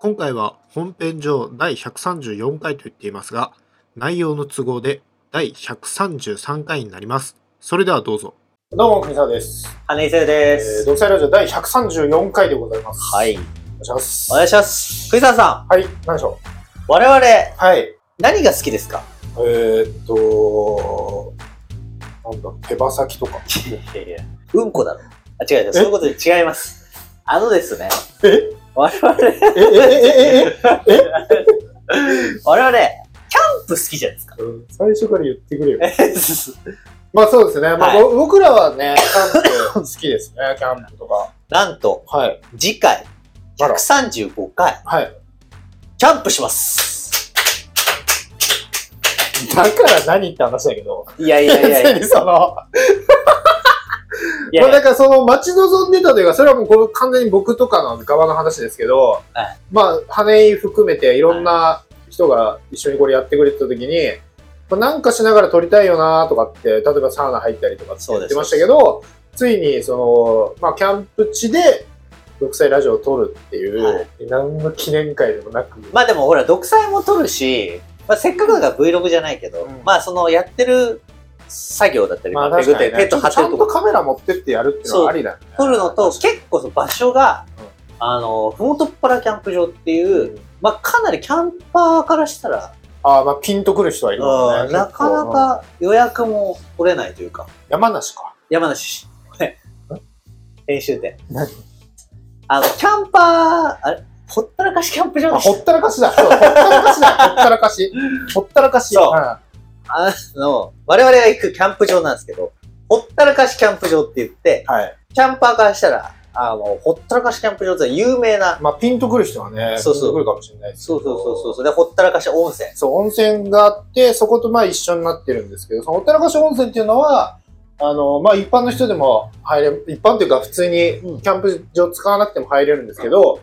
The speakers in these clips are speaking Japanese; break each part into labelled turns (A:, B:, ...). A: 今回は本編上第134回と言っていますが、内容の都合で第133回になります。それではどうぞ。どうも、国沢です。
B: 金井生です。
A: 独裁ラジオ第134回でございます。
B: はい。
A: お願いします
B: お願いします。クイザーさん、
A: はい、何でしょう。
B: 我々、
A: はい。
B: 何が好きですか
A: えー、っと、なんだ、手羽先とか。
B: いやいや、うんこだろ。あ、違う違う、そういうことで違います。あのですね、
A: え
B: 我々、
A: え、え、え、え、え、
B: 我々、キャンプ好きじゃないですか。
A: うん最初から言ってくれよ。 まあそうですね。まあ、
B: はい
A: ぼ僕らはね、キャンプ好きですね、キャンプとか。
B: なんと、
A: はい。
B: 次回、
A: あら
B: 135回、
A: はい。
B: キャンプします。
A: だから何って話だけど。
B: いやい
A: 別
B: やい やいや
A: にその、ま
B: いや
A: あ
B: い
A: なん
B: や、
A: かその待ち望んでたというか、それはもうこの完全に僕とかの側の話ですけど、
B: はい
A: まあ、羽井含めていろんな人が一緒にこれやってくれてた時に、まあ、なんかしながら撮りたいよなとかって、例えばサウナ入ったりとかって
B: そう
A: 言
B: で
A: っ
B: す
A: てましたけど、ついにその、まあ、キャンプ地で、独裁ラジオを撮るっていう、
B: は
A: 何の記念会でもなく、
B: まあでもほら、独裁も撮るし、まあ、せっかくだから Vlog じゃないけど、
A: うん
B: まあそのやってる作業だったり、
A: まあ
B: ペ
A: 確
B: グっ
A: かに
B: て
A: ね、
B: ペット貼っ
A: ち
B: て
A: ゃ
B: る
A: ん
B: と
A: と
B: こ
A: カメラ持ってってやるっていうのはありだよね。
B: 撮るのと、結構その場所が
A: うん、
B: あの、ふもとっぱらキャンプ場っていうう、
A: ん
B: まあかなりキャンパーからしたら、
A: ああ、まあピンとくる人はいるもん
B: う
A: ね。
B: んなかな
A: うん。
B: か予約も取れないというか、
A: 山梨か。
B: 山梨市、編集点
A: 何。
B: あの、キャンパー、あれほったらかしキャンプ場
A: あ、
B: で
A: ほ
B: し
A: ったらかしだ。そうほったら かしだ。ほったらかし。ほったらかし。
B: そうんたあの、我々が行くキャンプ場なんですけど、ほったらかしキャンプ場って言って、
A: はい。
B: キャンパーからしたら、あの、ほったらかしキャンプ場って有名な、
A: まあピンとくる人はね、
B: そう
A: ピン
B: そう
A: とくるかもしれないですけ
B: そ
A: ど
B: うそうそうそうそう、で、ほったらかし温泉。
A: そう、温泉があって、そことまあ一緒になってるんですけど、そのほったらかし温泉っていうのは、あの、まあ一般の人でも入れ、一般というか普通に
B: うん
A: キャンプ場使わなくても入れるんですけど、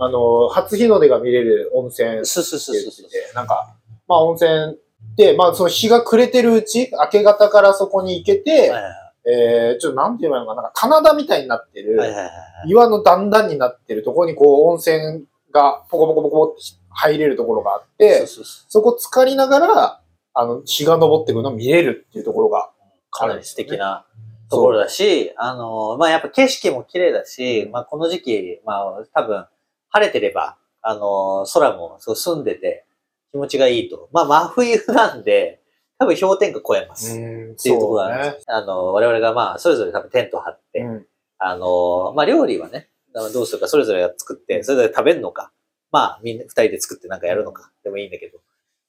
A: あの、初日の出が見れる温泉
B: そうそうそうそうそう。
A: なんか、まあ温泉で、まあその日が暮れてるうち、明け方からそこに行けて、
B: はいはい
A: えー、ちょっとなんて言えばいいのかな、なんか棚田みたいになってる、
B: はいはいはい。
A: 岩の段々になってるところにこう温泉がポコポコポコって入れるところがあって、
B: そう
A: そ
B: そうそ
A: こ浸かりながら、あの、日が昇ってくるのを見れるっていうところが、
B: うかなり素敵なところだし、あの、まあ、やっぱ景色も綺麗だし、まあ、この時期、まあ、多分、晴れてれば、あの、空もすごい澄んでて、気持ちがいいと。まあ、真冬なんで、多分氷点下超えます。
A: ん、
B: っていうところがあるんです。あの、我々がまあ、それぞれ多分テント張って、
A: うん、
B: あの、まあ、料理はね、あのどうするか、それぞれが作って、それぞれ食べるのか、まあ、みんな、二人で作ってなんかやるのか、でもいいんだけど。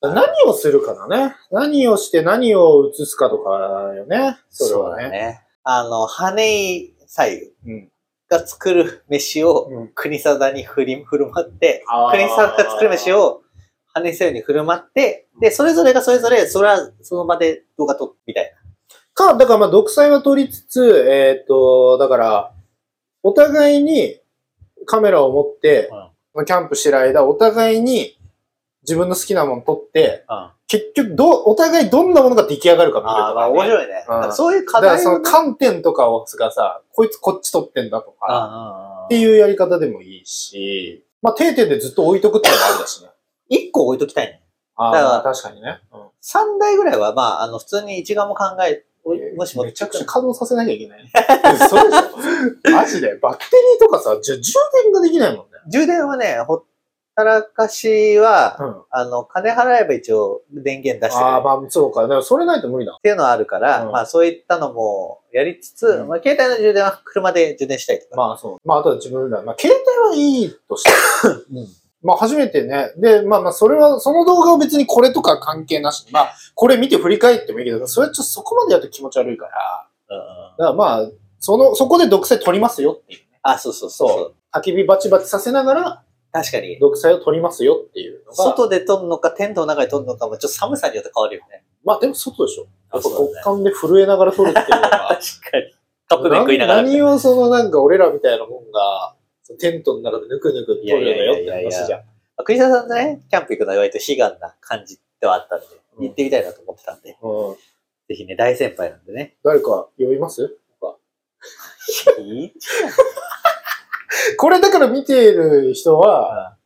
A: 何をするかだね。何をして何を映すかとかよね。それは
B: だ
A: ね。
B: ね。あの、羽井左右
A: うん
B: が作る飯を、
A: うん。
B: 国定に振り振る舞って
A: あー、
B: 国定が作る飯を羽生に振る舞って、で、それぞれがそれぞれ、それはその場で動画撮っみたい
A: か、だからまあ、独裁は取りつつ、えーっと、だから、お互いにカメラを持って、
B: な。
A: キャンプしてる間、お互いに自分の好きなもの撮って、
B: あ
A: 結局どう、お互いどんなものが出来上がるか見ると
B: あー、まあ
A: か、ね。
B: 面白いね。
A: うん
B: なんかそういう課
A: だから
B: 題
A: そ
B: を
A: の
B: ね
A: 観点とかをがさ、こいつこっち撮ってんだとか、
B: あー
A: っていうやり方でもいいし、まあ定点でずっと置いとくっていうのもありだしね。
B: 一個置いときたいね。
A: あ
B: だから
A: あ、確かにね。うん
B: 三台ぐらいは、まあ、あの、普通に一眼も考え、おいもしも、
A: めちゃくちゃ稼働させなきゃいけないね。 そうでしょマジで。バッテリーとかさ、じゃ充電ができないもんね。
B: 充電はね、ほったらかしは、
A: うん。
B: あの、金払えば一応電源出してくれ
A: あ
B: る
A: あ、まあ、そうか。でもそれないと無理だ。
B: っていうのはあるから、
A: うん
B: まあそういったのもやりつつ、
A: うん
B: まあ携帯の充電は車で充電したいとか。
A: まあそう。まああとは自分ら。まあ携帯はいいとして。 まあ初めてね。で、まあまあそれは、その動画は別にこれとか関係なしにまあこれ見て振り返ってもいいけど、それちょっとそこまでやると気持ち悪いから。だからまあ、その、そこで独裁取りますよっていう。
B: あ、そうそうそう
A: そ焚き火バチバチさせながら、
B: 確かに。
A: 独裁を取りますよっていうのが。
B: 外で撮るのか、テントの中で撮るのかも、ちょっと寒さによって変わるよね。
A: まあでも外でしょ。やっぱ
B: そうだね
A: 極寒で震えながら撮るっていうの
B: 確
A: が。
B: かに。カップ麺食いながら。
A: 何何をそのなんか俺らみたいなもんが、そのテントの中でぬくぬく撮るのよって話じゃん。
B: まあ栗田さんのね、キャンプ行くのは割と悲願な感じではあったんで、
A: うん
B: 行ってみたいなと思ってたんで、
A: うん。
B: ぜひね、大先輩なんで ね。
A: 誰か呼びます
B: いい
A: これだから見ている人は、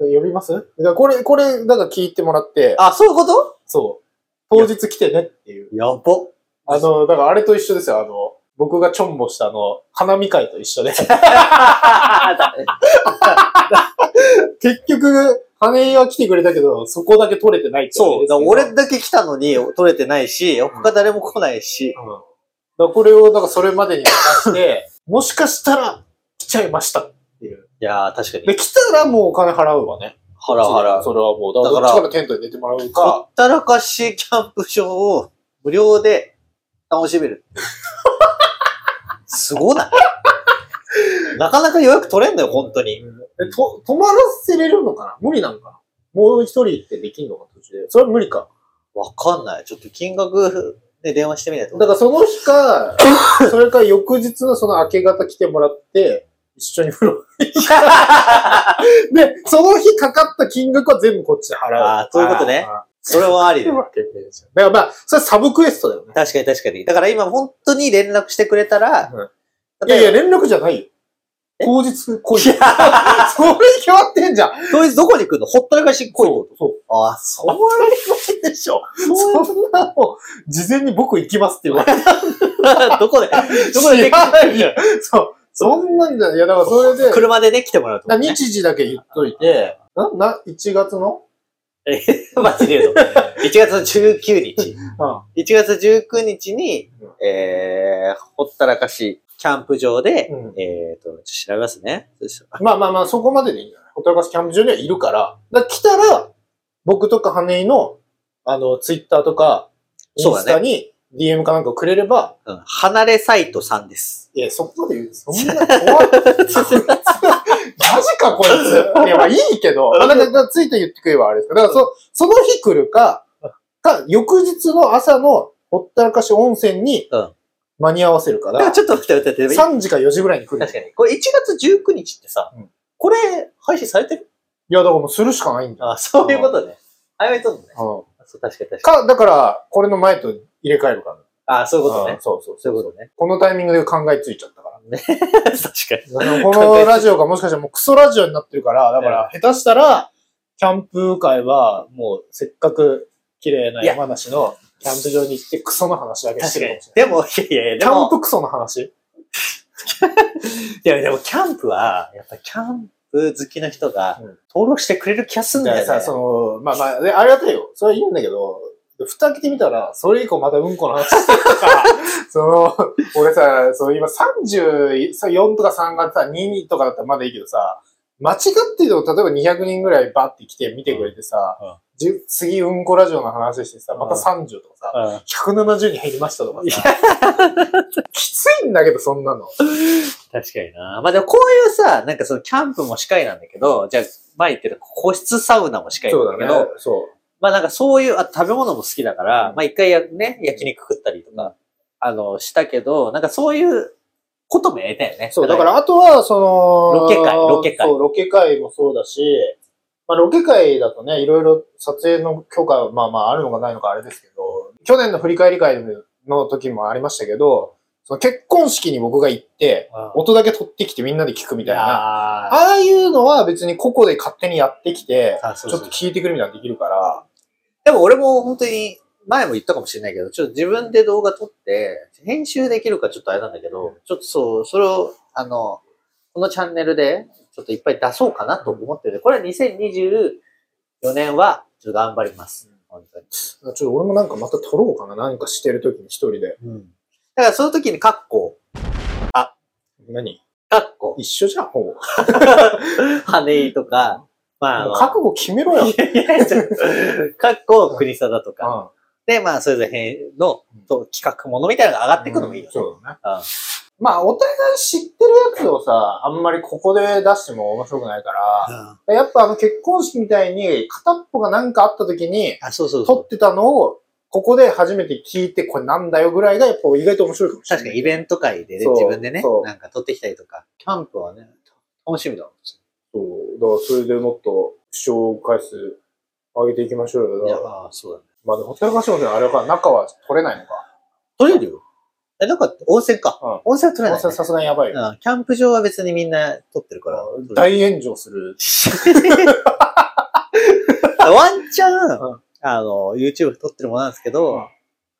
A: 呼びますだからこれ、これ、だから聞いてもらって、
B: あ、そういうこと
A: そう。当日来てねっていう。
B: やばっ。
A: あの、だからあれと一緒ですよ。あの、僕がちょんぼしたあの、花見会と一緒で。 結局、羽井は来てくれたけど、そこだけ取れてないって
B: そう。だから
A: 俺、うん
B: 俺だけ来たのに取れてないし、他誰も来ないし。
A: だからこれを、だからそれまでに流して、 もしかしたら来ちゃいましたっていう。
B: いやー、確かに。
A: で、来たらもうお金払うわね。
B: ハラハラ。
A: それはもう、だか
B: だ
A: ら
B: から
A: どっちからテントに寝てもらう
B: ほ
A: か、
B: ったらかしキャンプ場を無料で楽しめる。すごないなかなか予約取れんのよ、本当に。
A: えと、泊まらせれるのかな無理なのかなもう一人ってできんのか途中で。それは無理か。
B: わかんない。ちょっと金額で電話してみないと。
A: だからその日 か、それか翌日のその明け方来てもらって、一緒に風 呂。で、その日かかった金額は全部こっちで払う。
B: あーそういうことね
A: あ
B: それはあ
A: ー。っ
B: り
A: てい
B: だ
A: う
B: よ。
A: わけですよ。だからまあ、それはサブクエストだよね。
B: 確かに確かに。だから今本当に連絡してくれたら、
A: いやいや、連絡じゃないよ。
B: え
A: 当日来い。
B: い
A: それに決まってんじゃん。
B: 当日どこに来るのほったらかし来いよ。
A: そう。
B: ああ、そうなり前でしょ。
A: そんなの、事前に僕行きますって言われて。
B: どこで、どこで
A: 知
B: で
A: らないじゃんそう。そんなんじゃない。いや、だからそれ で、
B: 車でね、来てもらうと、
A: な
B: ね。
A: 日時だけ言っといて。
B: え
A: な、な、1月の
B: え、 マジで言うの。1月の19日。
A: うん。
B: 1月19日に
A: うん、
B: えー、ほったらかし、キャンプ場で、
A: うん
B: えーと、ちょっと調べますね。どうしよう
A: まあまあまあ、そこまででいいんじゃないほったらかしキャンプ場にはいるから。だから来たら、僕とか羽井の、あの、ツイッターとか、イ
B: そ
A: ン
B: うだ
A: ス
B: ね
A: タに DM かなんかくれれば、
B: うん離れサイトさんです。
A: いや、そこまで言うそんな怖い。マジか、こい つ。いや、まあいいけど、まあ、だからだからついて言ってくればあれですけどだからそ、その日来るか、か、翌日の朝のほったらかし温泉に
B: うん
A: 間に合わせるか
B: だから
A: ら、
B: ちょっと待って待って待って。
A: 3時か4時ぐらいに来る。
B: 確かに。これ1月19日ってさ、
A: うん
B: これ配信されてる
A: いや、だからもうするしかないんだよ。
B: あ、そういうことね。早めとんのね。
A: うん
B: そう、確かに確かに。
A: か、だから、これの前と入れ替えるから。
B: あ、そういうこと
A: う
B: ね
A: ん。そうそう
B: そ
A: そう
B: いう
A: う。
B: ことね。
A: このタイミングで考えついちゃったから。
B: 確かに。
A: あのこのラジオがもしかしたらもうクソラジオになってるから、だから下手したら、キャンプ会はもうせっかく綺麗ない
B: や
A: 山梨のキャンプ場に行ってクソの話だけして
B: 確
A: る
B: か
A: か
B: に
A: もしれ。
B: でも、いや
A: ない。
B: いや、
A: キ
B: で
A: ャン
B: も、
A: プクソの話
B: いや、でもキャンプは、やっぱキャンプ好きな人が
A: うん、
B: 登録してくれる気がすん
A: だか
B: だ
A: ら
B: よね。
A: さ、その、まあまあ、でありがたいよ。それはいいんだけど、蓋開けてみたら、それ以降またうんこの話してるから、 その、俺さ、その今34とか3がさ、22とかだったらまだいいけどさ、間違ってると、例えば200人ぐらいバって来て見てくれてさ、
B: うんうん
A: じゅ次うんこラジオの話してさ、また
B: うん
A: 30とかさ、
B: うん
A: 170に減りましたとかさ、 きついんだけど、そんなの。
B: 確かにな。まあでもこういうさ、なんかそのキャンプも司会なんだけど、じゃあ前言ってた個室サウナも司会なんだけど、
A: そ
B: まあなんかそういう、あ食べ物も好きだから、
A: うん
B: まあ一回やね、焼肉食ったりとか、
A: う
B: あの、したけど、なんかそういうこともやりたいよね。
A: う。そう、だからあとは、その、
B: ロケ会ロケ会
A: そう、ロケ会もそうだし、まあ、ロケ会だとね、いろいろ撮影の許可はまあまああるのかないのかあれですけど、去年の振り返り会の時もありましたけど、その結婚式に僕が行って、
B: うん、
A: 音だけ取ってきてみんなで聞くみたいな。あ
B: あ
A: あいうのは別に個々で勝手にやってきて、
B: あ、そ
A: ち
B: う
A: ょ
B: そう
A: っと聞いてくるみたいなのできるから、
B: でも俺も本当に、前も言ったかもしれないけど、ちょっと自分で動画撮って、編集できるかちょっとあれなんだけど、ちょっとそう、それを、あの、このチャンネルで、ちょっといっぱい出そうかなと思ってて、これは2024年は、ちょっと頑張ります。本当に。
A: ちょっと俺もなんかまた撮ろうかな、なんかしてる時に一人で。
B: うん。だからその時に、カッコ、
A: 何
B: カッコ、
A: 一緒じゃん、ほぼ。
B: 羽とか、まああの、
A: 覚悟決めろよ。
B: いやいやちょっと カッコ、国定とか、
A: う
B: で、まあ、それぞれ編の、と企画ものみたいなのが上がってくのもいいよね。
A: そうだね。
B: うん
A: まあ、お互い知ってるやつをさ、あんまりここで出しても面白くないか
B: う
A: ら、
B: ん
A: やっぱあの結婚式みたいに片っぽが何かあった時に
B: あ、そうそうそう
A: 撮。ってたのを、ここで初めて聞いて、これなんだよぐらいがやっぱ意外と面白いかもしれ
B: 確
A: ない。
B: かにイベント会でね、
A: そう
B: 自分でね
A: そ、う
B: なんか撮ってきたりとか、キャンプはね、楽しみだ。
A: そう。だからそれでもっと視聴回数上げていきましょうよ。
B: い
A: だ
B: や
A: から、
B: あそうだね。
A: まあ、ほったらかしもね、あれか、中は取れないのか。
B: 撮れるよ。え、なんか温泉か。
A: う
B: 温泉は撮れない、
A: それ
B: ね
A: さすがにやばいよ。
B: うん。キャンプ場は別にみんな撮ってるから。
A: 大炎上する。
B: ワンチャン、
A: うん
B: あの、YouTube 撮ってるものなんですけど、
A: うん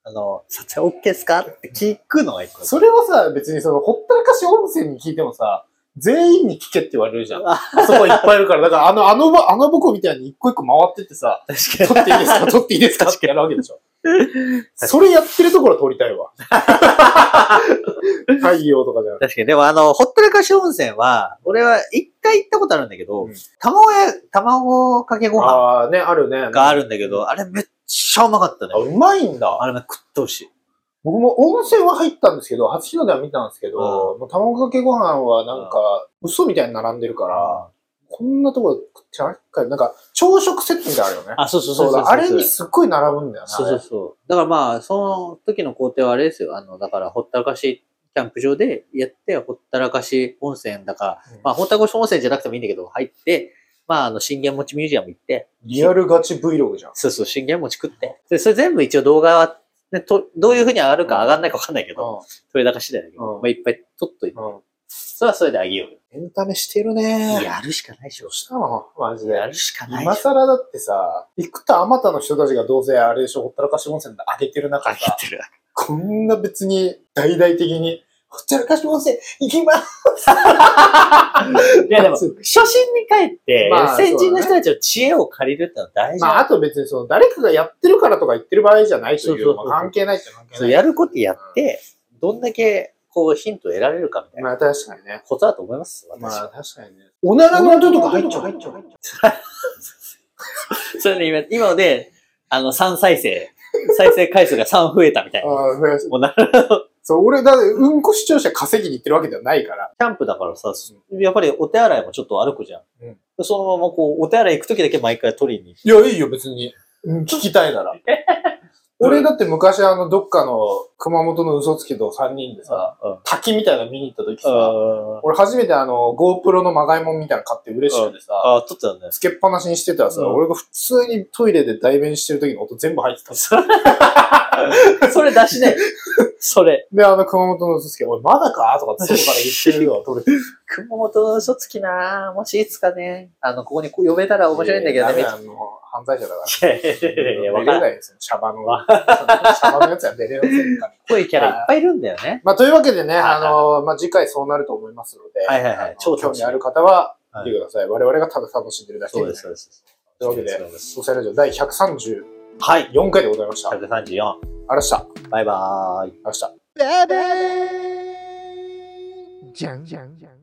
B: あの、撮影 OK ですかって聞くのが一個。
A: それはさ、別にその、ほったらかし音声に聞いてもさ、全員に聞けって言われるじゃん。
B: あ
A: そこいっぱいいるから、だからあの、あのぼ、あの僕みたいに一個一個回ってって さ、
B: 確
A: 撮っていいですか撮っていいですかってやるわけでしょ。それやってるところ撮りたい わ。太陽とかじゃなくて。
B: 確かに。でもあの、ほったらかし温泉は、俺は一回行ったことあるんだけど、
A: うん
B: 卵や、卵かけご飯
A: ああ、ね、あるね。
B: があるんだけど、あれめっちゃうまかったね
A: あ。うまいん
B: あ
A: だ。
B: れめ食ってほしい。
A: 僕も温泉は入ったんですけど、初日の出は見たんですけど、もう卵かけご飯はなんか、嘘みたいに並んでるから、こんなとこで食っちゃうかなんか、朝食セットみたいなのあるよね。
B: あ、そうそう
A: そうだ、あれに
B: そう
A: すっごい並ぶんだよね。
B: そうそう。だからまあ、その時の工程はあれですよ。あの、だからほったらかしキャンプ場でやって、ほったらかし温泉だから、
A: うん
B: まあ、ほったらかし温泉じゃなくてもいいんだけど、入って、まあ、あの、信玄餅ミュージアム行って、
A: リアルガチ Vlog じゃん。
B: そうそう、信玄餅食って。で、それ全部一応動画は、ね、とどういう風に上がるか上がんないか分かんないけど、それだか次第だけど、
A: うん
B: まあ、いっぱい取っといて、
A: うん。うん。
B: それはそれであげようよ。
A: エンタメしてるね。
B: やるしかないでし
A: ど
B: ょ
A: う。したのマジで。
B: やるしかないで
A: 今
B: しょ。
A: 更だってさ、幾多あまたの人たちがどうせあれでしょ、ほったらかし温泉で上げてる中
B: あ
A: さ、
B: げてる。
A: こんな別に大々的に、ほったらかし温泉行きます
B: いやでも、初心に帰って、
A: まあ
B: 先人の人たちの知恵を借りるってのは大事
A: まあ、あと別にその、誰かがやってるからとか言ってる場合じゃないと
B: そう
A: い
B: そう
A: う、
B: そ
A: ま
B: う
A: あ関係ないっちゃ関係
B: そう
A: ない。
B: やることやって、どんだけこうヒントを得られるかみたいな
A: まあ確かにね。
B: ことだと思います、私
A: ま
B: は。
A: あ確かにね。おならの音とか入っちゃう。
B: 入っちゃう入っそれで今、今ので、あの、3再生、 再生回数が3増えたみたい な。
A: ああ、ね
B: おな
A: そう、俺、だって、うんこ視聴者稼ぎに行ってるわけではないから。
B: キャンプだからさ、やっぱりお手洗いもちょっと歩くじゃん。
A: うん
B: そのままこう、お手洗い行くときだけ毎回取りに行
A: いや、いいよ、別に。うん聞きたいなら。 俺だって昔、あの、どっかの熊本の嘘つきと3人で
B: く
A: さ、
B: さ、うん。
A: 滝みたいなの見に行った時さ、
B: あ
A: 俺初めてあの、GoPro のまがいもんみたいなの買って嬉しくてさ、
B: あ、取ってたんだよ。
A: つけっぱなしにしてたらさ、
B: うん
A: 俺が普通にトイレで代弁してる時の音全部入ってた。
B: それ出しね。それ。
A: で、あの、熊本の嘘つき、俺まだかとかって外から言ってるよ、取 れて。
B: 熊本の嘘つきなもしいつかね、あの、ここに呼べたら面白いんだけど
A: ダメ
B: ね。
A: だあの、犯罪者だから。
B: いやいやいやいや、わ
A: 出
B: か
A: れ
B: んな。
A: ないいですよ、シャバの。シャバのやつは出れませんから。
B: 濃いキャラいっぱいいるんだよね。
A: まあ、というわけでね、
B: いはい
A: あの、まあ、次回そうなると思いますので、
B: はいはいはい
A: あの
B: 超楽し
A: 興
B: み
A: 味ある方は
B: はい
A: 見てください。我々がただ楽しんでるだけ
B: そうです、そうです。
A: というわけ
B: そう
A: で、
B: です
A: ソーシャルラジオ第134
B: はい。
A: 回でございました。ありがとう
B: 134。
A: ございました。ありがと
B: バイバーイ。
A: うございました。
C: バイバイじゃんじゃんじゃん